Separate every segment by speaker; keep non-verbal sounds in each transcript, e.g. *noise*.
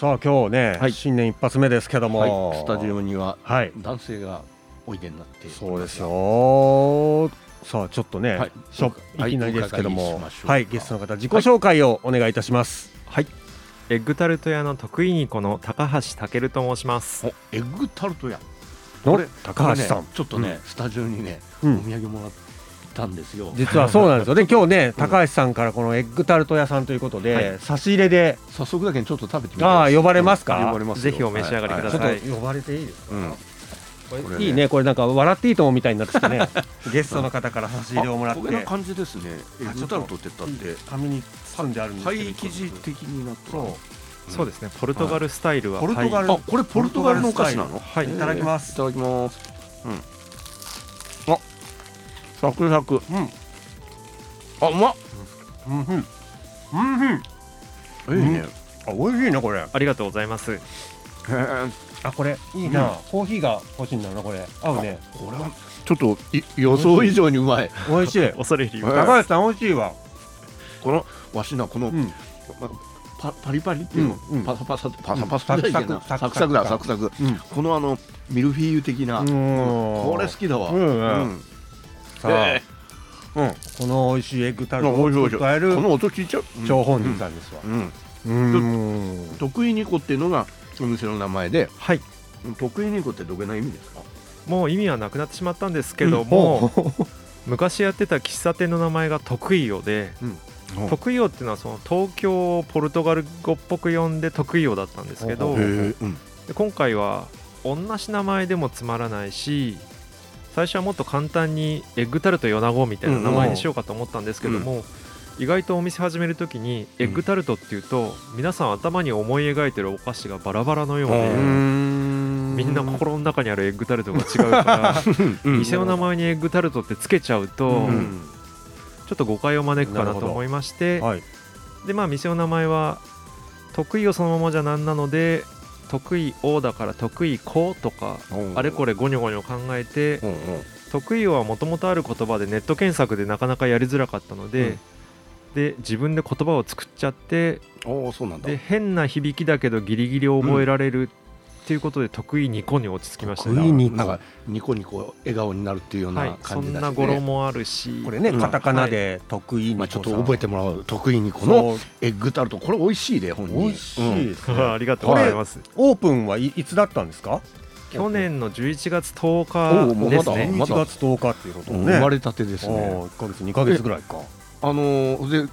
Speaker 1: さあ今日ね、
Speaker 2: はい
Speaker 1: 新年一発目ですけども、
Speaker 2: はい、スタジオには
Speaker 1: はい
Speaker 2: 男性がおいでになっております
Speaker 1: そうですよさあちょっとね、
Speaker 2: はい
Speaker 1: しょいきなりですけど
Speaker 2: はいお
Speaker 1: も
Speaker 2: 伺いしましょうか
Speaker 1: はいゲストの方自己紹介をお願いいたします
Speaker 3: はい。エッグタルト屋の得意にこの高橋健と申します。
Speaker 2: おエッグタルトや
Speaker 1: の
Speaker 2: これ
Speaker 1: 高橋さ
Speaker 2: これ
Speaker 1: ん
Speaker 2: ねちょっとね、スタジオにね、
Speaker 1: うん
Speaker 2: お土産もらったんですよ
Speaker 1: 実はそうなん
Speaker 2: *laughs*
Speaker 1: ですよね今日ね高橋さんからこのエッグタルト屋さんということで、
Speaker 3: はい
Speaker 1: 差し入れで
Speaker 2: 早速だけちょっと食べてみて
Speaker 1: ああ呼ばれますか
Speaker 2: 呼ばれますよ
Speaker 3: ぜひお召し上がりくだ
Speaker 1: ちょ
Speaker 3: さ
Speaker 1: っ
Speaker 3: い
Speaker 1: と呼ばれていいですか、
Speaker 2: うん
Speaker 1: こ
Speaker 2: こ
Speaker 1: れ
Speaker 2: れ
Speaker 1: いい
Speaker 2: ね
Speaker 1: ねこれなんか笑っていいともみたいになってきて
Speaker 2: *laughs*
Speaker 1: ねゲストの方から差し入れをもらって
Speaker 2: あこんな感じですねエッグタルトって言ったって
Speaker 1: 紙に包んであるんです
Speaker 2: パ
Speaker 1: けど
Speaker 2: イ生地的になった
Speaker 1: そう
Speaker 3: そうですね。ポルトガルスタイルは、
Speaker 1: ポルトガ
Speaker 3: はい
Speaker 1: ル
Speaker 2: あこれポルトガルのお菓子なの
Speaker 3: はい
Speaker 1: いただきます
Speaker 2: いただきますうんあサクサクうんあうまっ
Speaker 1: うんうんうんうん
Speaker 2: いいね
Speaker 1: あ美味しいねこれ
Speaker 3: ありがとうございます。
Speaker 2: へー
Speaker 1: あこれいいな、コーヒーが欲しいんだなこれ合うね
Speaker 2: これはちょっとい予想以上にうまい
Speaker 1: 美味しい
Speaker 3: 恐れ入ります。
Speaker 2: え
Speaker 1: *laughs* 高橋さん美味しいわ
Speaker 2: このわしなこの
Speaker 1: うん
Speaker 2: パパリパリっていうの、
Speaker 1: うんうん
Speaker 2: パサパサパサパサじゃいけない
Speaker 1: サ
Speaker 2: サ
Speaker 1: ク
Speaker 2: ク
Speaker 1: サクサクサ
Speaker 2: サク
Speaker 1: ク
Speaker 2: だサクサク
Speaker 1: うん
Speaker 2: このあのミルフィーユ的な、これ好きだわ、
Speaker 1: うんうん
Speaker 2: ん
Speaker 1: さあ、
Speaker 2: え
Speaker 1: うん、この美味しいエッグタルト
Speaker 2: 面白
Speaker 1: を
Speaker 2: い
Speaker 1: 使える
Speaker 2: この音聞いちゃう、うん
Speaker 1: 張本人さんですわ
Speaker 2: うん
Speaker 1: うん
Speaker 2: 得意にこっていうのがお店の名前で
Speaker 3: はい。
Speaker 2: 得意にこってどげな意味ですか
Speaker 3: もう意味はなくなってしまったんですけども、
Speaker 1: うん
Speaker 3: 昔やってた喫茶店の名前が得意よで、
Speaker 2: うん
Speaker 3: 得意よっていうのはその東京をポルトガル語っぽく呼んで得意よだったんですけ
Speaker 1: ほ
Speaker 3: ど
Speaker 1: うほ、う
Speaker 2: へえうん
Speaker 3: で今回は同じ名前でもつまらないし最初はもっと簡単にエッグタルト米子みたいな名前にしようかと思ったんですけども、意外とお店始める時にエッグタルトっていうと、皆さん頭に思い描いてるお菓子がバラバラのようで、みんな心の中にあるエッグタルトが違う *laughs* から
Speaker 2: うん
Speaker 3: 店の名前にエッグタルトってつけちゃうと、
Speaker 1: う
Speaker 2: うんん
Speaker 3: ちょっと誤解を招くか
Speaker 1: な
Speaker 3: な
Speaker 1: るほ
Speaker 3: と
Speaker 1: ど
Speaker 3: 思いまして
Speaker 1: はい
Speaker 3: でまあ店の名前は得意をそのままじゃなんなので得意王だから得意子とかあれこれゴニョゴニョ考えて
Speaker 2: うんうん
Speaker 3: 得意はもともとある言葉でネット検索でなかなかやりづらかったので、で自分で言葉を作っちゃって
Speaker 2: おーそうなんだ
Speaker 3: で変な響きだけどギリギリ覚えられるっていうことで得意2個に落ち着きました
Speaker 1: 得意
Speaker 3: ね。
Speaker 1: に
Speaker 2: なんかニコニコ笑顔になるっていうよう
Speaker 3: は、
Speaker 2: ない
Speaker 3: そ
Speaker 2: 感じ
Speaker 3: ん
Speaker 2: だし、ね
Speaker 3: な語呂もあるし
Speaker 1: これね
Speaker 2: うん
Speaker 1: カタカナで得意に
Speaker 2: まあちょっと覚えてもらおう得意にこの
Speaker 1: そう
Speaker 2: エッグタルトこれ美味しいで本人
Speaker 1: 美味しい
Speaker 2: うん
Speaker 1: ですね
Speaker 3: ありがとうござい *laughs* ます
Speaker 1: オープンはいいつだったんですか
Speaker 3: 去年の11月
Speaker 2: おう
Speaker 3: 10
Speaker 2: もうま
Speaker 3: 日で
Speaker 2: だ
Speaker 3: すね
Speaker 1: 1
Speaker 2: まだ
Speaker 1: 月10日っていうこと
Speaker 2: うん
Speaker 1: ね
Speaker 2: 生まれたてですね
Speaker 1: 1ヶ月2ヶ月ぐらいか
Speaker 2: あのーで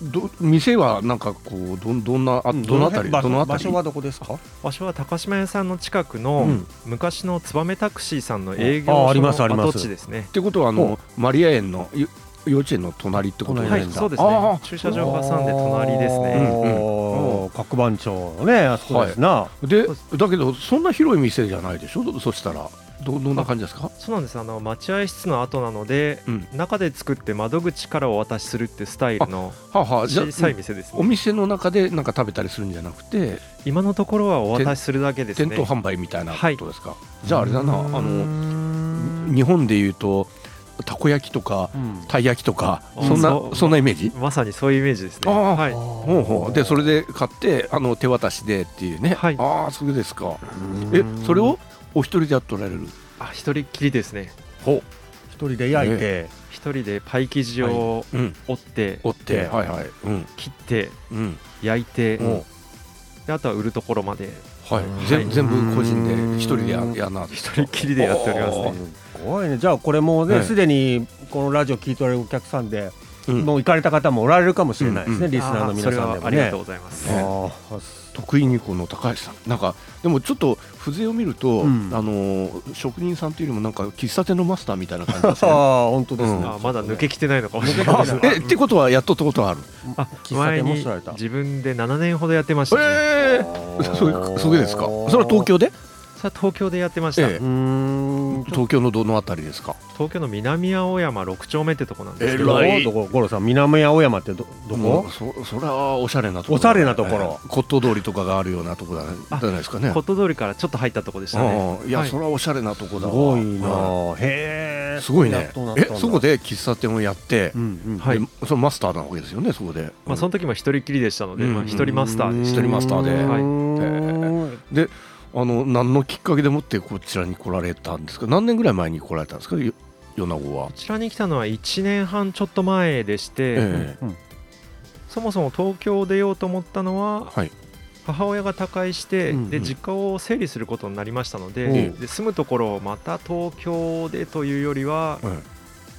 Speaker 2: ど店はなんかこうどんどんなあどのあたり
Speaker 1: 場
Speaker 2: どの
Speaker 1: 所
Speaker 2: あた
Speaker 1: 場
Speaker 2: り
Speaker 1: 所はどこですか
Speaker 3: 場所は高島屋さんの近くの、
Speaker 2: うん
Speaker 3: 昔の燕タクシーさんの営業
Speaker 1: ああ
Speaker 3: 所
Speaker 1: りますありま
Speaker 3: の
Speaker 1: す
Speaker 3: 跡地ですね
Speaker 2: ってことはあ
Speaker 1: お
Speaker 2: のマリア園のゆ幼稚園の隣ってこと
Speaker 1: 隣
Speaker 2: ね、
Speaker 3: はい、
Speaker 1: んだ
Speaker 3: そうですね
Speaker 2: あ。
Speaker 3: 駐車場を挟んで隣ですね。
Speaker 2: うん
Speaker 1: ね角番町のねあそこですな
Speaker 2: でだけどそんな広い店じゃないでしょどそしたらどどんな感じですか
Speaker 3: そうなんです。あの待合室の後なので、
Speaker 2: うん
Speaker 3: 中で作って窓口からお渡しするってスタイルの
Speaker 2: はあ、はあ、じゃあ
Speaker 3: 小さい店です、
Speaker 2: お
Speaker 3: ね。
Speaker 2: 店の中でなんか食べたりするんじゃなくて
Speaker 3: 今のところはお渡しするだけです
Speaker 2: 店
Speaker 3: ね
Speaker 2: 頭。販売みたいな
Speaker 3: はい
Speaker 2: ことですか、じゃああれだなあの
Speaker 1: の
Speaker 2: 日本でいうとたこ焼きとかたい焼きとか
Speaker 3: あ
Speaker 2: そんな
Speaker 3: そう
Speaker 2: そんなイメージ
Speaker 3: まさにそういうイメージですね。
Speaker 2: ああ
Speaker 3: はい。
Speaker 2: ほうほうでそれで買ってあの手渡しでっていうね、
Speaker 3: はい
Speaker 2: ああそうですかえそれをお一人でやっとられる
Speaker 3: あ一人っきりですね。
Speaker 1: 一人で焼いて
Speaker 3: 一人でパイ生地を
Speaker 2: うん
Speaker 3: 折って、
Speaker 2: おってはいはいうん
Speaker 3: 切って
Speaker 2: うん
Speaker 3: 焼いて、
Speaker 2: うん
Speaker 3: であとは売るところまで
Speaker 2: はい
Speaker 1: うん
Speaker 2: ぜん全部個人で一人でややな
Speaker 3: 一人っきりでやっております
Speaker 2: あ
Speaker 3: ね。
Speaker 1: すごいねじゃあこれも
Speaker 2: は
Speaker 1: ね
Speaker 2: い
Speaker 1: すでにこのラジオ聞いておられるお客さんで
Speaker 2: うん
Speaker 1: もう行かれた方もおられるかもしれないです
Speaker 2: うん
Speaker 1: ね
Speaker 2: う
Speaker 1: リスナーの皆さん
Speaker 3: あーそれ
Speaker 1: で
Speaker 3: は
Speaker 1: も
Speaker 3: ありが
Speaker 1: ね
Speaker 3: とうございます。
Speaker 1: あー
Speaker 2: 得意にこの高橋さんなんかでもちょっと風情を見ると、
Speaker 1: うん
Speaker 2: あのー職人さんというよりもなんか喫茶店のマスターみたいな感じです
Speaker 1: あ
Speaker 2: ね
Speaker 1: ー本当ですね
Speaker 2: うん
Speaker 3: あまだ抜けきてないのかもしれない
Speaker 2: あ
Speaker 3: ですね。
Speaker 2: えってことはやっとったことはある
Speaker 3: あ
Speaker 1: 喫茶
Speaker 3: 前
Speaker 1: 店も
Speaker 3: に
Speaker 1: 知られた
Speaker 3: 自分で7年ほどやってました、ね
Speaker 2: ええそれそれですかそれは東京で、
Speaker 3: それは東京でやってました、
Speaker 2: ええ
Speaker 1: うーんちょっ
Speaker 2: 東京のどのあたりですか
Speaker 3: 東京の南青山6丁目ってとこなんですけ
Speaker 1: と
Speaker 3: ど、
Speaker 2: えらい
Speaker 1: どこ五郎さん南青山ってどどこ
Speaker 2: うんそそれはおしゃれなところ
Speaker 1: おしゃれなところ
Speaker 2: ええ骨董通りとかがあるようなところじゃ
Speaker 3: あ
Speaker 2: ないですかね
Speaker 3: こと通りからちょっと入ったとこでしたね
Speaker 2: うんいや、
Speaker 3: はい
Speaker 2: それはおしゃれなとこ
Speaker 1: す
Speaker 2: だわ
Speaker 1: ごいな
Speaker 2: うん
Speaker 1: あへえね
Speaker 2: すごいね
Speaker 1: やっとなっ
Speaker 2: え
Speaker 1: たんだ
Speaker 2: そこで喫茶店をやって
Speaker 1: う、んうん
Speaker 3: はい
Speaker 2: でそのマスターなわけですよねそこで、
Speaker 3: まあ、その時も一人きりでしたので、
Speaker 2: うん
Speaker 3: まあ、一人マスターでし
Speaker 2: 一
Speaker 3: た
Speaker 2: 人マスターで
Speaker 3: は
Speaker 1: は
Speaker 3: い
Speaker 1: い
Speaker 2: あの何のきっかけでもってこちらに来られたんですか何年ぐらい前に来られたんですかよ米子は
Speaker 3: こ、ちらに来たのは1年半ちょっと前でして、
Speaker 2: ええ
Speaker 3: そもそも東京を出ようと思ったのは
Speaker 2: はい
Speaker 3: 母親が他界して、
Speaker 1: うんうん
Speaker 3: で実家を整理することになりましたので,、
Speaker 2: え
Speaker 3: で住むところをまた東京でというよりは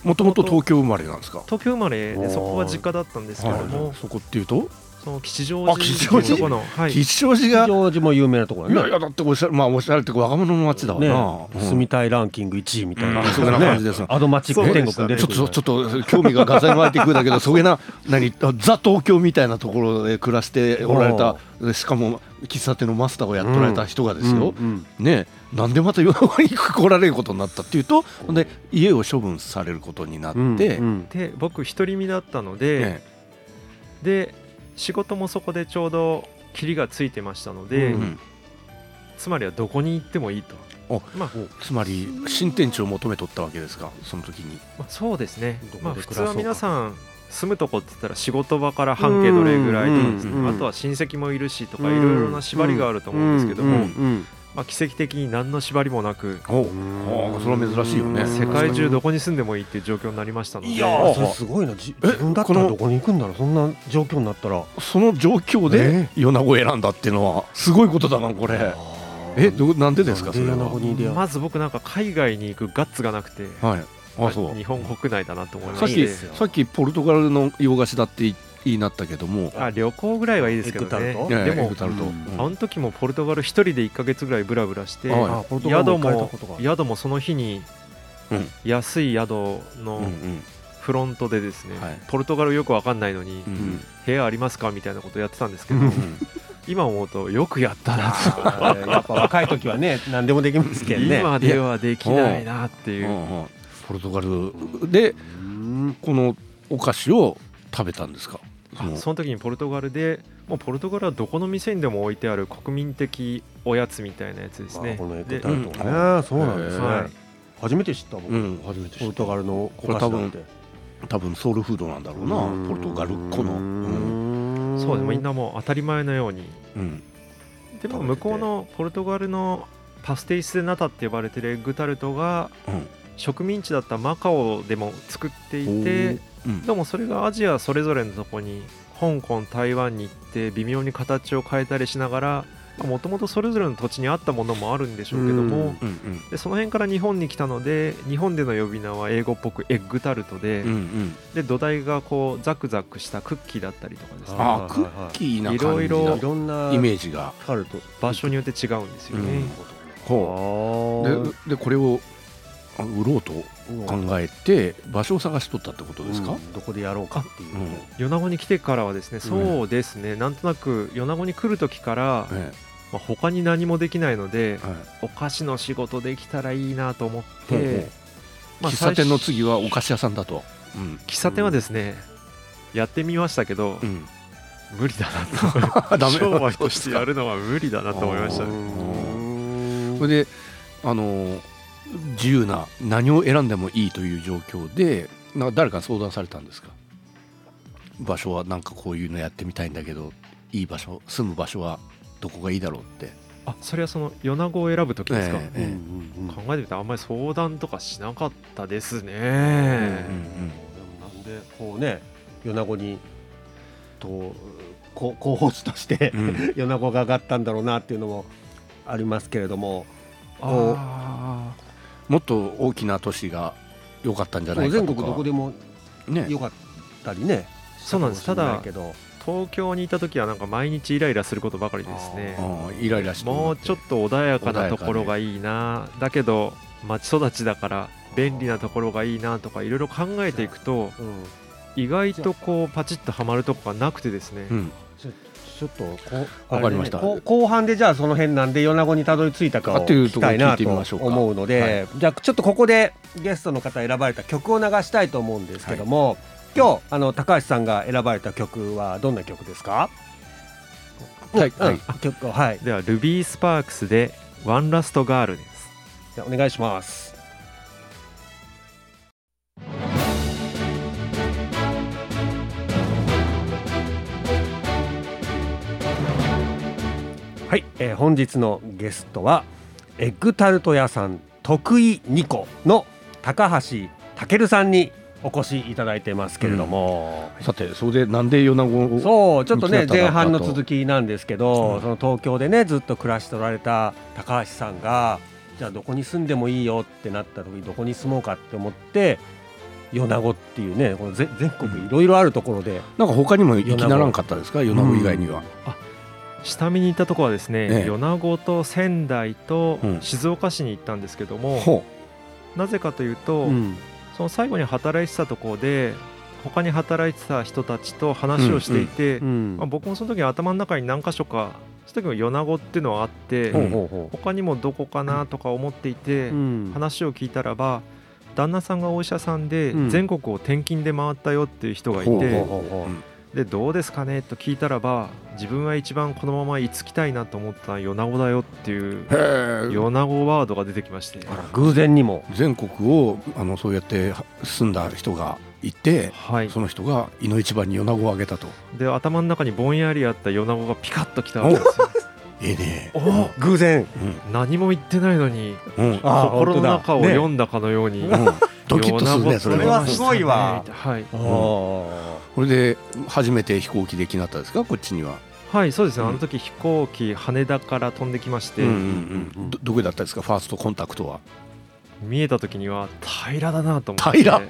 Speaker 2: もともと東京生まれなんですか
Speaker 3: 東京生まれ
Speaker 1: おー
Speaker 3: でそこは実家だったんですけども、
Speaker 2: はい、そこっていうと、
Speaker 3: その吉祥
Speaker 2: あ
Speaker 3: 寺
Speaker 2: 吉祥寺
Speaker 3: っていうところの、はい、
Speaker 2: 吉祥寺が
Speaker 1: 吉祥寺も有名なところ
Speaker 2: いやい
Speaker 1: ね
Speaker 2: やだっておしゃれまあおしゃれっていうか若者の街だわな、
Speaker 1: ね
Speaker 2: うん
Speaker 1: 住みたいランキング1位みたいな、
Speaker 3: うん
Speaker 2: そんな感じです
Speaker 1: アドマチック天国に出
Speaker 2: ちょ
Speaker 1: てく
Speaker 2: っと
Speaker 1: る
Speaker 2: ちょっと興味ががぜん湧いてくるんだけどそげな何ザ東京みたいなところで暮らしておられたしかも喫茶店のマスターをやっておられた人がですよ、
Speaker 1: うん
Speaker 2: ねなんでまた夜中に来られることになったっていうとほんで家を処分されることになって、
Speaker 1: うん
Speaker 2: え
Speaker 1: うん
Speaker 3: で僕独り身だったので、
Speaker 2: え
Speaker 3: で仕事もそこでちょうど霧がついてましたので、
Speaker 1: うん
Speaker 2: うん
Speaker 3: つまりはどこに行ってもいいと
Speaker 2: お、
Speaker 3: まあ
Speaker 2: つまり新天地を求めとったわけですかその時に
Speaker 3: まあそうですね
Speaker 1: どこで、
Speaker 3: まあ、
Speaker 1: 暮ら
Speaker 3: 普
Speaker 1: そうか
Speaker 3: 通は皆さん住むとこって言ったら仕事場から半径どれぐらいとかです
Speaker 1: うんうん
Speaker 3: ね
Speaker 1: う
Speaker 3: あ
Speaker 1: ん
Speaker 3: とは親戚もいるしとか
Speaker 1: うん
Speaker 3: いろいろな縛りがあると思うんですけど
Speaker 1: うん
Speaker 3: も、
Speaker 1: うん
Speaker 3: まあ、奇跡的に何の縛りもなく
Speaker 2: お
Speaker 1: うん
Speaker 2: あそれは珍しいよね
Speaker 1: うん
Speaker 3: 世界中
Speaker 2: の
Speaker 3: どこに住んでもいいっていう状況になりましたので
Speaker 2: い
Speaker 1: あ
Speaker 2: や
Speaker 1: ーそれすごいなじ
Speaker 2: え
Speaker 1: 自分だったら
Speaker 2: この
Speaker 1: どこに行くんだろうそんな状況になったら
Speaker 2: その状況で米子を選んだっていうのはすごいことだなこれえどうなんでですかそれ
Speaker 1: なん
Speaker 2: は
Speaker 1: 米子に出会う
Speaker 3: まず僕なんか海外に行くガッツがなくて
Speaker 2: はいあそう
Speaker 3: 日本国内だなと思いま
Speaker 2: さっ
Speaker 3: し
Speaker 1: いい
Speaker 2: き
Speaker 3: て
Speaker 1: ですよ
Speaker 2: さっきポルトガルの洋菓子だってい言いなったけども
Speaker 3: あ旅行ぐらいはいいですけど
Speaker 1: エ
Speaker 3: ね
Speaker 1: クタルト
Speaker 2: ええ
Speaker 3: で
Speaker 2: エ
Speaker 3: も
Speaker 2: クタルト
Speaker 1: うん
Speaker 2: うん
Speaker 3: あの時もポルトガル一人で1ヶ月ぐらいブラブラして、
Speaker 2: はい
Speaker 1: あポルトガル
Speaker 3: 宿
Speaker 1: も行かれた
Speaker 3: も
Speaker 1: ことがある
Speaker 3: 宿もその日に
Speaker 2: うん
Speaker 3: 安い宿の
Speaker 2: うんうん
Speaker 3: フロントでですね、
Speaker 2: はい
Speaker 3: ポルトガルよくわかんないのに、
Speaker 2: うん
Speaker 3: 部屋ありますかみたいなことやってたんですけど、
Speaker 1: う
Speaker 3: 今思うとよくやったなと
Speaker 1: あー *laughs* やっぱ若い時はね何でもできますけどね
Speaker 3: 今ではできないなって
Speaker 2: う
Speaker 3: い
Speaker 2: んう
Speaker 3: うん
Speaker 2: うんポルトガルで
Speaker 1: うん
Speaker 2: このお菓子を食べたんですかその
Speaker 3: その時にポルトガルでもうポルトガルはどこの店にでも置いてある国民的おやつみたいなやつです
Speaker 1: あ
Speaker 3: ね
Speaker 1: このエク
Speaker 3: で
Speaker 1: タルトね、
Speaker 2: うん
Speaker 1: そうなんですね、
Speaker 3: はい
Speaker 1: 初めて知った僕、
Speaker 2: うん初め
Speaker 1: ポ
Speaker 2: て知っ
Speaker 1: ル
Speaker 2: た
Speaker 1: トガルのお
Speaker 2: これ
Speaker 1: 菓
Speaker 2: 多
Speaker 1: 子
Speaker 2: 分
Speaker 1: なんて
Speaker 2: 多分ソウルフードなんだろう
Speaker 1: うん
Speaker 2: なポルトガルっ子のうん
Speaker 1: うん
Speaker 3: そうでもみんなもう当たり前のように
Speaker 2: うん食べて
Speaker 3: でも
Speaker 2: て
Speaker 3: 向こうのポルトガルのパステイス・デ・ナタって呼ばれてるエッグタルトが
Speaker 2: うん
Speaker 3: 植民地だったマカオでも作って
Speaker 2: お
Speaker 3: いて
Speaker 2: ーうん
Speaker 3: でもそれがアジアそれぞれのとこに香港台湾に行って微妙に形を変えたりしながらもともとそれぞれの土地にあったものもあるんでしょうけど
Speaker 1: う
Speaker 3: も
Speaker 1: ん
Speaker 2: うんうん
Speaker 3: でその辺から日本に来たので日本での呼び名は英語っぽくエッグタルトで
Speaker 2: うんうん
Speaker 3: で土台がこうザクザクしたクッキーだったりとかですね
Speaker 2: あー
Speaker 1: はい
Speaker 2: ク
Speaker 1: はいはい
Speaker 2: ッキーな感
Speaker 3: い
Speaker 1: い
Speaker 3: ろ
Speaker 2: じ
Speaker 1: ろんな
Speaker 2: なイメージが
Speaker 1: タルト
Speaker 3: 場所によって違うんですよ
Speaker 2: う
Speaker 3: ね
Speaker 2: ん。ほう
Speaker 1: ほ
Speaker 2: ででこれをあ売ろうと
Speaker 1: 考
Speaker 2: 考えて場所を探しとったってことですか、
Speaker 1: どこでやろうかっていう、
Speaker 2: うん
Speaker 3: 米子に来てからはですね、そうですね、なんとなく米子に来る時から、
Speaker 2: え
Speaker 3: まあ、他に何もできないの
Speaker 2: え、
Speaker 3: で
Speaker 2: はい
Speaker 3: お菓子の仕事できたらいいなと思っ
Speaker 2: ほうほ
Speaker 3: て
Speaker 2: う、喫茶店の次はお菓子屋さんだと、うん
Speaker 3: 最初喫茶店はですね、やってみましたけど、
Speaker 2: うん、
Speaker 3: 無理だなと
Speaker 2: *laughs* ダメ
Speaker 3: 商売としてやるのは無理だなと思いましたね
Speaker 2: それであの自由な何を選んでもいいという状況でなんか誰かに相談されたんですか場所はなんかこういうのやってみたいんだけどいい場所住む場所はどこがいいだろうって
Speaker 3: あそれはその米子を選ぶ時ですか、
Speaker 2: え
Speaker 1: うんう
Speaker 2: え
Speaker 1: んうん
Speaker 3: 考えてみたらあんまり相談とかしなかったですね、
Speaker 1: うん
Speaker 2: うん
Speaker 1: でもなんでこうね米子にとこ候補地として、
Speaker 2: うん
Speaker 1: *laughs* 米子が上がったんだろうなっていうのもありますけれどもお
Speaker 3: あ
Speaker 2: もっと大きな都市が良かったんじゃないかと
Speaker 1: 全
Speaker 2: か
Speaker 1: 国どこでも
Speaker 2: ね
Speaker 1: 良かったりね
Speaker 3: そうなんです
Speaker 1: したかもしれない
Speaker 3: ー東京にいた時はなんか毎日イライラすることばかりですね
Speaker 2: うんイライラして
Speaker 3: もうちょっと穏やかなところがいいな、だけど町育ちだから便利なところがいいなとかいろいろ考えていくと
Speaker 1: けど、うん
Speaker 3: 意外とこうパチッとはまるとこがなくてですね、
Speaker 2: うん、
Speaker 1: ちょちょっとこう
Speaker 2: わかりました
Speaker 1: あれねこ後半でじゃあその辺なんで米子にたどり着いたか
Speaker 2: あ
Speaker 1: を
Speaker 2: ってい
Speaker 1: 聞
Speaker 2: う
Speaker 1: き
Speaker 2: ところ
Speaker 1: たいな
Speaker 2: 聞いてみまし
Speaker 1: と
Speaker 2: ょうか
Speaker 1: 思うのでじゃあちょっとここでゲストの方選ばれた曲を流したいと思うんですけども、今日あの高橋さんが選ばれた曲はどんな曲ですか
Speaker 2: はい
Speaker 1: うん
Speaker 2: はい
Speaker 1: 曲をはい
Speaker 3: ではルビースパークスでワンラストガールです
Speaker 1: じゃあお願いしますはい、えー本日のゲストはエッグタルト屋さん得意2個の高橋健さんにお越しいただいてますけれども、
Speaker 2: さてそれでなんで米子を
Speaker 1: そうちょっとね
Speaker 2: 道端だ
Speaker 1: 前
Speaker 2: なと
Speaker 1: 半の続きなんですけど、
Speaker 2: うん
Speaker 1: その東京でねずっと暮らしておられた高橋さんがじゃあどこに住んでもいいよってなった時にどこに住もうかって思って米子っていうねこのぜ全国いろいろあるところで、
Speaker 2: なんか他にも行きならんかったですか米子以外には、
Speaker 3: 下見に行ったとこはです
Speaker 2: え
Speaker 3: ね、
Speaker 2: え
Speaker 3: 米子と仙台と
Speaker 2: うん
Speaker 3: 静岡市に行ったんですけども、
Speaker 2: ほ
Speaker 3: なぜかというと、
Speaker 1: うん
Speaker 3: その最後に働いてたところで他に働いてた人たちと話をしていて、
Speaker 1: うん
Speaker 3: まあ、僕もその時頭の中に何箇所かその時の米子っていうのはあって、
Speaker 2: うん
Speaker 1: ほうほうほ
Speaker 3: 他にもどこかなとか思っていて、
Speaker 1: う、うん
Speaker 3: 話を聞いたらば旦那さんがお医者さんで
Speaker 1: うん
Speaker 3: 全国を転勤で回ったよっていう人がいて、
Speaker 2: ほう
Speaker 1: ほうほうほう
Speaker 3: でどうですかねと聞いたらば自分は一番このまま居つきたいなと思った米子だよっていう
Speaker 2: うへえ
Speaker 3: 米子ワードが出てきまして
Speaker 1: あら偶然にも
Speaker 2: 全国をあのそうやって住んだ人がいて
Speaker 3: はい
Speaker 2: その人がいの一番に米子をあげたと
Speaker 3: で頭の中にぼんやりあった米子がピカッときたわけですよ
Speaker 2: ええね
Speaker 3: お
Speaker 1: 偶然
Speaker 3: 何も言ってないのに
Speaker 2: うんうん
Speaker 1: あー
Speaker 3: *laughs* 心
Speaker 1: 本当
Speaker 3: の
Speaker 1: だ
Speaker 3: 中を
Speaker 1: ね
Speaker 3: 読んだかのように、
Speaker 2: うんドキッとするねそれ
Speaker 1: それは
Speaker 2: は
Speaker 1: すごいわ
Speaker 3: はい、
Speaker 1: あ
Speaker 2: これで初めて飛行機できなったですかこっちには
Speaker 3: はい、そうですね、
Speaker 2: うん
Speaker 3: あの時飛行機羽田から飛んできまして、
Speaker 2: うんうんうんどどこだったですかファーストコンタクトは
Speaker 3: 見えた時には平らだなと思って
Speaker 2: 平ら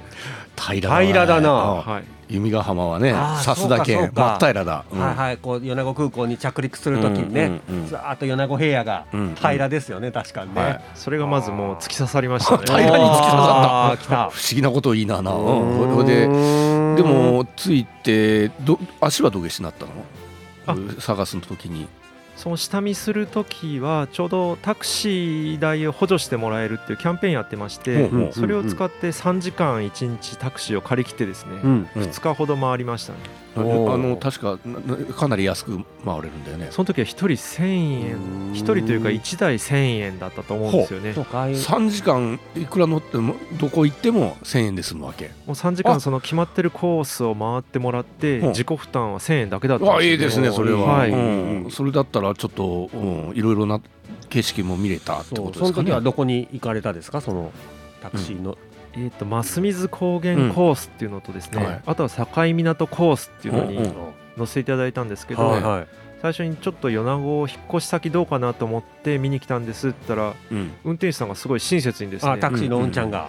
Speaker 2: 平らだね
Speaker 1: 平らだな
Speaker 2: ああ
Speaker 3: はい、
Speaker 2: 弓ヶ浜はね
Speaker 1: ああ
Speaker 2: さすだけ
Speaker 1: そうかそ
Speaker 2: 真
Speaker 1: うか
Speaker 2: っ平らだ、
Speaker 1: はいはいこう米子空港に着陸す
Speaker 2: い
Speaker 1: るときにね、
Speaker 2: うんうん
Speaker 1: ずーっと米子平野が
Speaker 2: うんうん
Speaker 1: 平らですよね、確かにね、
Speaker 2: はい
Speaker 3: それがまずもう突き刺さりましたね。
Speaker 2: 平らに突き刺さ
Speaker 1: あー来た
Speaker 2: 不思議なことを言いなな、
Speaker 1: う
Speaker 2: うん、
Speaker 1: ーん
Speaker 2: これででもついてど足は土下しになったの
Speaker 3: あ
Speaker 2: 探す時に
Speaker 3: その下見する時はちょうどタクシー代を補助してもらえるっていうキャンペーンやってまして、
Speaker 2: うんうん
Speaker 3: それを使って3時間1日タクシーを借り切ってですね、
Speaker 1: うん
Speaker 2: うん
Speaker 3: 2日ほど回りましたね。
Speaker 2: あ
Speaker 1: おー
Speaker 2: の確かななかなり安く回れるんだよね
Speaker 3: その時は1人1000円、1人というか1台1000円だったと思うんですよね。
Speaker 1: そうかああいう
Speaker 2: 3時間いくら乗ってもどこ行っても1000円で済むわけ
Speaker 3: もう3時
Speaker 2: あ
Speaker 3: 間その決まってるコースを回ってもらって
Speaker 2: うん
Speaker 3: 自己負担は1000円だけだったん
Speaker 2: あいいですね
Speaker 1: おー
Speaker 2: それは、
Speaker 3: はい
Speaker 2: うんそれだったらちょっと、うん、いろいろな景色も見れたって
Speaker 1: そ
Speaker 2: こ
Speaker 1: うそ
Speaker 2: と
Speaker 1: の
Speaker 2: ですか
Speaker 1: 時は
Speaker 2: ね
Speaker 1: どこに行かれたですかそのタクシーの、
Speaker 3: えー、と真水高原コースっていうのとですね、
Speaker 2: うんはい
Speaker 3: あとは境港コースっていうの
Speaker 2: うんう
Speaker 3: に
Speaker 2: ん
Speaker 3: 乗せていただいたんですけど、
Speaker 2: はい
Speaker 1: はい
Speaker 3: 最初にちょっと米子を引っ越し先どうかなと思って見に来たんですって言ったら
Speaker 2: うん
Speaker 3: 運転手さんがすごい親切にです
Speaker 1: あ
Speaker 3: ね
Speaker 1: タクシーのうんちゃんが、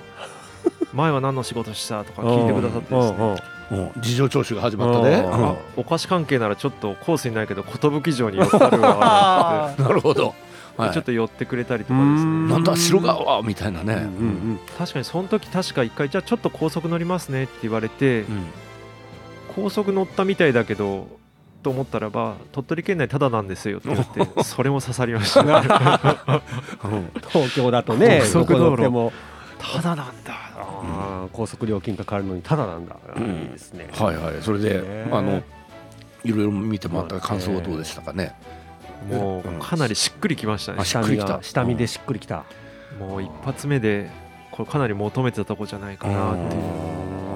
Speaker 3: 前は何の仕事したとか聞いてくださってですね
Speaker 1: うんうん
Speaker 2: うん事情聴取が始まったね、
Speaker 1: うん
Speaker 2: うん
Speaker 3: あお菓子関係ならちょっとコースにないけど寿城に寄ったるわ
Speaker 2: なるほど。*laughs* は
Speaker 3: なん
Speaker 2: い、
Speaker 3: てちょっと寄ってくれたりとか
Speaker 1: う
Speaker 3: ですね
Speaker 1: ん
Speaker 2: なんだ白川みたいなね。
Speaker 1: うんうん
Speaker 3: 確かにその時確か一回じゃあちょっと高速乗りますねって言われて、
Speaker 2: うん
Speaker 3: 高速乗ったみたいだけどと思ったらば鳥取県内ただなんですよって言っ
Speaker 2: *laughs*
Speaker 3: てそれも刺さりましたね
Speaker 2: うん
Speaker 1: 東京だとね
Speaker 3: 高速
Speaker 1: どこ
Speaker 3: 道路
Speaker 1: 乗っても
Speaker 3: *laughs* ただなんだ
Speaker 1: あー高速料金かかるのにただなんだ、
Speaker 2: うん
Speaker 1: いいですね
Speaker 2: はいはい。それで、
Speaker 1: ね
Speaker 2: あのいろいろ見てもらった
Speaker 1: そう
Speaker 2: 感
Speaker 1: ね
Speaker 2: 想はどうでしたかね。
Speaker 3: も
Speaker 2: うん
Speaker 3: うかなりしっくりきましたね
Speaker 2: あしっ
Speaker 1: 下
Speaker 2: くり
Speaker 1: 見
Speaker 2: きた
Speaker 1: が下見でしっくりきた、
Speaker 3: もう一発目でこれかなり求めてたとこじゃないかなっていう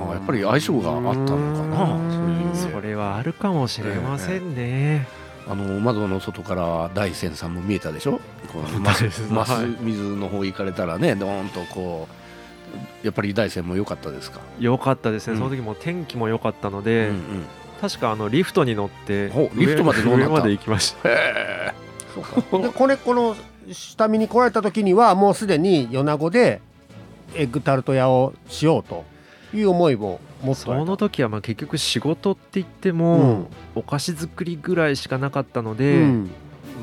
Speaker 2: あーやっぱり相性があったのかな。そういう意味
Speaker 3: そ
Speaker 2: で。
Speaker 3: れはあるかもしれませんね
Speaker 2: あの窓の外から大山さんも見えたでしょ。この
Speaker 3: 大
Speaker 2: マス
Speaker 3: 山さん
Speaker 2: マス
Speaker 3: はい
Speaker 2: 水の方行かれたらね、どーんとこうやっぱり大山も良かったですか。
Speaker 3: 良かったです
Speaker 2: う
Speaker 3: ね
Speaker 2: ん
Speaker 3: その時も天気も良かったの
Speaker 2: う
Speaker 3: で、
Speaker 2: ん
Speaker 3: 確かあのリフトに乗って
Speaker 2: ほうリフトまで乗んな
Speaker 3: 上
Speaker 2: かった
Speaker 3: まで行きました
Speaker 2: へえ。そうか。
Speaker 1: でこれこの下見に来られた時にはもうすでに米子でエッグタルト屋をしようという思いも持っておら
Speaker 3: そ
Speaker 1: れた
Speaker 3: の時はまあ結局仕事って言って
Speaker 1: う
Speaker 3: も、
Speaker 1: ん
Speaker 3: お菓子作りぐらいしかなかったの
Speaker 1: う
Speaker 3: で、
Speaker 1: ん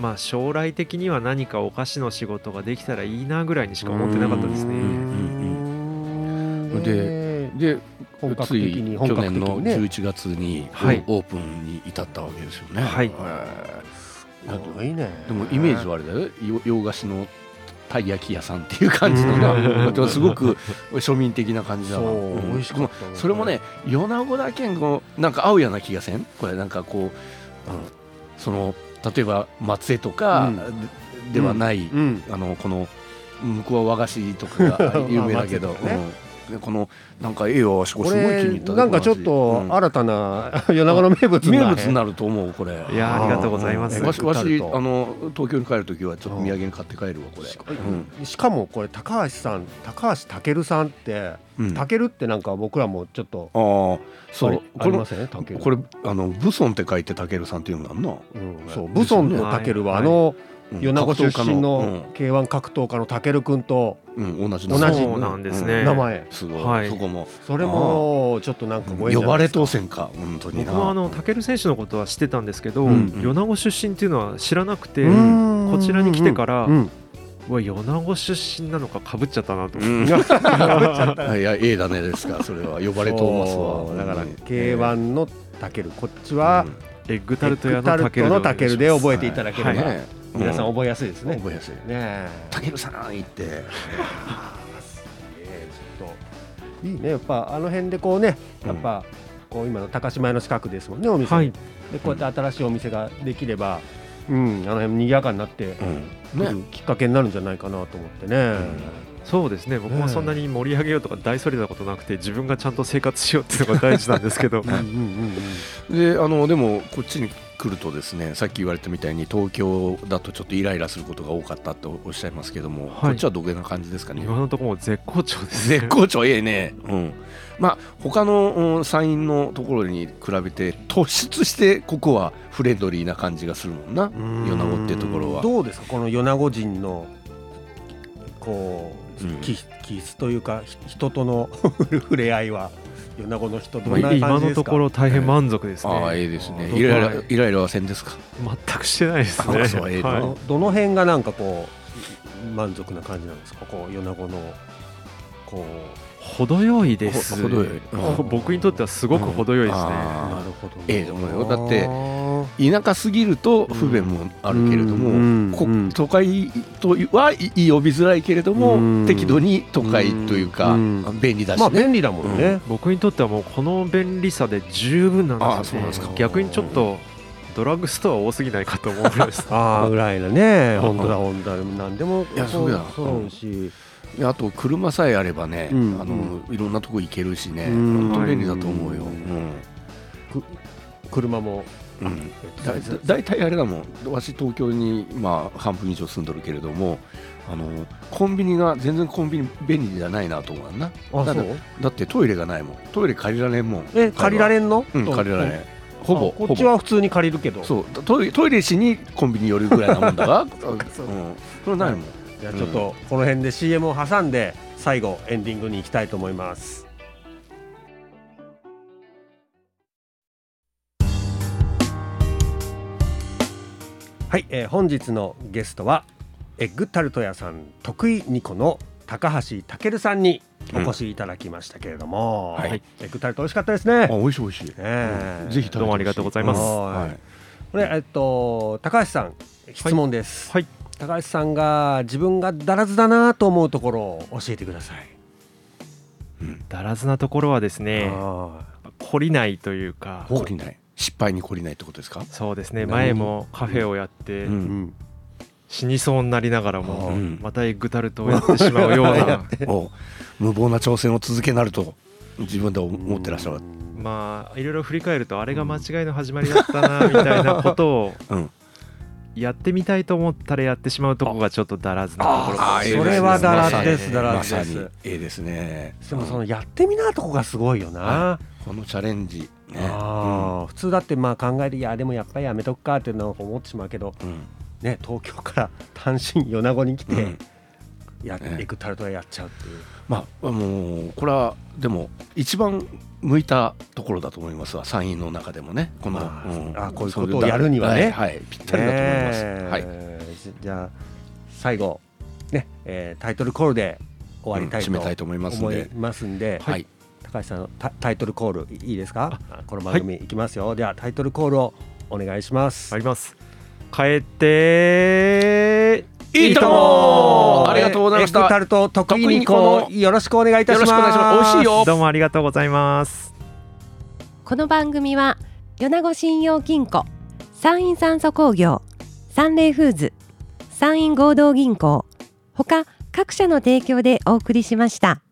Speaker 3: まあ将来的には何かお菓子の仕事ができたらいいなぐらいにしか思ってなかったです
Speaker 1: う
Speaker 3: ね。
Speaker 1: ん
Speaker 2: うんうん
Speaker 1: で
Speaker 2: で
Speaker 1: 本格
Speaker 2: つ
Speaker 1: 的
Speaker 2: い
Speaker 1: に本
Speaker 2: 去
Speaker 1: 格
Speaker 2: 年
Speaker 1: 的
Speaker 2: の
Speaker 1: にね
Speaker 2: 11月に
Speaker 3: はい
Speaker 2: オープンに至ったわけですよね。
Speaker 3: はい
Speaker 2: え
Speaker 1: すごいね
Speaker 2: ーでもイメージはあれだよよ洋菓子のたい焼き屋さんっていう感じの
Speaker 1: う
Speaker 2: な、
Speaker 1: ん
Speaker 2: でもすごく庶民的な感じだな。
Speaker 1: そう美味しかったね
Speaker 2: でもそれもね、米子だけんこうなんか合うような気がせん。これなんかこう、あのその例えば松江とかでではない、
Speaker 1: うん *laughs*
Speaker 2: あのこの向こうは和菓子とかが有名だけど、
Speaker 1: うんあ松江とかね
Speaker 2: うんこのなんか栄養はすごい
Speaker 1: こ
Speaker 2: 気に
Speaker 1: れ
Speaker 2: 入ったね
Speaker 1: なんかちょっ
Speaker 2: こ
Speaker 1: と
Speaker 2: の味
Speaker 1: 新たな米長の名物
Speaker 2: うん
Speaker 1: な
Speaker 2: 名物になると思うこれ
Speaker 3: いやーありがとうございます
Speaker 2: うんわしわし
Speaker 1: エッグタルト
Speaker 2: あの東京に帰る時はちょっと土産に買って帰るわこれ
Speaker 1: ししかもこれ高橋さん高橋健さんって
Speaker 2: うんうんあ
Speaker 1: 健ってなんか僕らもちょっと
Speaker 2: あそ
Speaker 1: あ
Speaker 2: う
Speaker 1: りあ
Speaker 2: こ
Speaker 1: り
Speaker 2: の
Speaker 1: ますよね健
Speaker 2: これあの武尊って書いてタケルさんっていうのなんな
Speaker 1: うん、そう武尊と健はあの
Speaker 2: うん
Speaker 1: 米子出
Speaker 2: 格闘家
Speaker 1: 身の
Speaker 2: の
Speaker 1: K1 格闘家の健君と
Speaker 2: うんうん同じ
Speaker 1: 同じ
Speaker 3: そうなんですね
Speaker 2: う
Speaker 1: 名前
Speaker 2: すごい、
Speaker 3: はい
Speaker 2: そこも
Speaker 1: それもちょっとなんかご縁じゃ
Speaker 2: 呼
Speaker 1: な
Speaker 2: ば
Speaker 1: いで
Speaker 2: れ
Speaker 1: すか
Speaker 2: 当選か本当に
Speaker 3: 僕
Speaker 2: な
Speaker 3: もあの武尊選手のことは知ってたんですけど、
Speaker 2: うんうん
Speaker 3: 米子出身っていうのは知らなくて、
Speaker 1: うん
Speaker 3: こちらに来てから、
Speaker 1: うん
Speaker 3: うわ米子出身なのかかぶっちゃったなと、
Speaker 2: うん、いやいや A だねですかそれは呼ばれトーマス
Speaker 1: そ
Speaker 2: は
Speaker 1: うだから
Speaker 2: うん
Speaker 1: K1 の健こっちは
Speaker 2: うん
Speaker 3: エッグタ
Speaker 1: タ
Speaker 3: ル
Speaker 1: ル
Speaker 3: ト
Speaker 1: ト
Speaker 3: 屋
Speaker 1: の
Speaker 3: の武
Speaker 1: タケ
Speaker 3: 尊
Speaker 1: ル
Speaker 3: でお願
Speaker 1: タケルで覚え
Speaker 3: いします
Speaker 1: ていただければ
Speaker 2: ね
Speaker 1: 皆さん
Speaker 2: うん
Speaker 1: 覚えやすいですねね
Speaker 2: 覚えやすい
Speaker 1: え
Speaker 2: タケルさん言って
Speaker 1: えーちょっといいねやっぱあの辺でこうねやっぱこう今の高島屋の近くですもんねお店
Speaker 3: はい
Speaker 1: でこうやって新しいお店ができればうんあの辺賑やかになってくる
Speaker 2: ね
Speaker 1: きっかけになるんじゃないかなと思ってね、
Speaker 3: そうですね僕もそんなに盛り上げようとか大それたことなくて自分がちゃんと生活しようっていうのが大事なんです
Speaker 1: *laughs*
Speaker 3: けど
Speaker 1: うんうんうん
Speaker 2: であのでもこっちに来るとですねさっき言われたみたいに東京だとちょっとイライラすることが多かったっておっしゃいますけども、
Speaker 3: は
Speaker 2: こ
Speaker 3: い
Speaker 2: っちはどげな感じですかね
Speaker 3: 今のところもう絶好調ですね
Speaker 2: 絶好調ええねうんまあ他のうん山陰のところに比べて突出してここはフレンドリーな感じがするもんな
Speaker 1: うん
Speaker 2: 米子ってところは
Speaker 1: どうですかこの米子人のこう、
Speaker 2: うん
Speaker 1: 気気質というかひ人との *laughs* 触れ合いは米子の人どんな感じですか
Speaker 3: 今のところ大変満足ですね、
Speaker 2: ああええですね
Speaker 1: どこ
Speaker 2: イライライライラはせんですか
Speaker 3: 全くしてないですね
Speaker 2: あそうええな
Speaker 1: ど
Speaker 3: は
Speaker 1: どの辺がなんかこう満足な感じなんですかこう米子のこ
Speaker 3: い、程よいです
Speaker 2: ほ程よい
Speaker 3: こ僕にとってはすごく程よいです
Speaker 2: う
Speaker 3: ね、
Speaker 2: ん
Speaker 1: う
Speaker 2: あー
Speaker 1: なるほどね
Speaker 2: ええと思うよだって田舎すぎると不便もあるけれども、
Speaker 1: うん
Speaker 2: こ
Speaker 1: うん
Speaker 2: 都会とはいい呼びづらいけれども、
Speaker 1: うん
Speaker 2: 適度に都会というか、
Speaker 1: うん
Speaker 2: 便利だし
Speaker 1: まあ
Speaker 2: ね、
Speaker 1: 便利だもんね、
Speaker 3: 僕にとってはもうこの便利さで十分なん
Speaker 2: ああ
Speaker 3: です
Speaker 2: そう
Speaker 3: よ
Speaker 2: なん
Speaker 3: ね
Speaker 2: ですか
Speaker 3: 逆にちょっとドラッグストア多すぎないかと思うぐらいです
Speaker 1: ああぐらいだね本当だ
Speaker 2: う
Speaker 1: 本当だ何でも
Speaker 2: いやそうだ
Speaker 1: そうし、
Speaker 2: であと車さえあればね、
Speaker 1: うん
Speaker 2: あのいろんなとこ行けるしね、
Speaker 1: うん
Speaker 2: 本当便利だと思うよ、
Speaker 1: う
Speaker 2: うん
Speaker 1: 車も
Speaker 2: うんだだ大体あれだもんわし東京に、まあ、半分以上住んどるけれどもあのコンビニが全然コンビニ便利じゃないなと思うな
Speaker 1: あ
Speaker 2: だ
Speaker 1: そ
Speaker 2: って
Speaker 1: う
Speaker 2: だってトイレがないもんトイレ借りられんもん
Speaker 1: え借りられんの、
Speaker 2: うん借りられん
Speaker 1: ほ
Speaker 2: ほぼ
Speaker 1: ぼ
Speaker 2: ほぼ
Speaker 1: こっちは普通に借りるけど
Speaker 2: そうトイレトイレしにコンビニ寄るぐらいなもんだ *laughs* がうん
Speaker 1: そう
Speaker 2: それない *laughs* もん、
Speaker 1: じゃあちょっとこの辺で CM を挟んで最後エンディングに行きたいと思いますはい、えー本日のゲストはエッグタルト屋さん得意2個の高橋健さんにお越しいただきましたけれども、
Speaker 2: うんはい
Speaker 1: エッグタルト美味しかったですね
Speaker 2: あ美味しい美味しい、
Speaker 1: え
Speaker 2: ぜひ食べてほし
Speaker 3: どうもありがとうございます
Speaker 2: は
Speaker 1: は
Speaker 2: い
Speaker 1: いこれえっと高橋さん質問です、
Speaker 3: *laughs* はい
Speaker 1: 高橋さんが自分がだらずだなと思うところを教えてください。
Speaker 3: だらずなところはですね
Speaker 1: あ
Speaker 3: 懲りないというか
Speaker 2: 懲りない失敗に懲りないってことですか、
Speaker 3: そうですね
Speaker 2: 何
Speaker 3: 前もカフェをやって
Speaker 1: ーうん
Speaker 3: 死にそうになりながらも
Speaker 2: う
Speaker 1: うん
Speaker 3: またエッグタルトをやってしまうよう
Speaker 2: *laughs*
Speaker 3: な
Speaker 2: お無謀な挑戦を続けなると自分では思ってらっしゃる
Speaker 3: まあいろいろ振り返るとあれが間違いの始まりだったなみたいなことを
Speaker 2: うん
Speaker 3: やってみたいと思ったらやってしまうとこがちょっとだらずなところか
Speaker 2: あ
Speaker 3: も
Speaker 2: ー
Speaker 3: しれない
Speaker 1: それはだらずですだら
Speaker 2: ま
Speaker 1: ず
Speaker 2: さ
Speaker 1: で
Speaker 2: に
Speaker 1: す。
Speaker 2: ええですね
Speaker 1: でもそのやってみなとこがすごいよな。
Speaker 2: このチャレンジね
Speaker 1: あー普通だってまあ考えていやでもやっぱりやめとくかっていうのを思ってしまうけど
Speaker 2: うんうん
Speaker 1: ね東京から単身米子に来
Speaker 2: う
Speaker 1: て
Speaker 2: ん
Speaker 1: やっ
Speaker 2: ね
Speaker 1: エクタルトやっちゃうっていう。
Speaker 2: まあもうこれはでも一番向いたところだと思いますわ山陰の中でもねこの、
Speaker 1: まあ
Speaker 2: ん
Speaker 1: あこういうことを
Speaker 2: だ
Speaker 1: やるにはね
Speaker 2: いはいぴったりだと思いま
Speaker 1: ね
Speaker 2: す、
Speaker 1: え
Speaker 2: はい
Speaker 1: じじゃあ最後ね、えータイトルコールで終わりたいと
Speaker 2: うん締めたいと思いますん
Speaker 1: 思
Speaker 2: で
Speaker 1: いますんで、
Speaker 2: はい
Speaker 1: 高橋さんのタタイトルコールいいですか？この番組いきますよ。ではタイトルコールをお願いします。
Speaker 3: あります帰って
Speaker 2: いいともありがとうございまし
Speaker 1: エッ
Speaker 2: た
Speaker 1: グタルト得意にこ
Speaker 2: 得意にこ
Speaker 1: うよろしくお願いいたします。
Speaker 2: よろしくお願いします美味しいよ
Speaker 3: どうもありがとうございます
Speaker 4: この番組は米子信用金庫山陰酸素工業サンレイフーズ山陰合同銀行ほか各社の提供でお送りしました。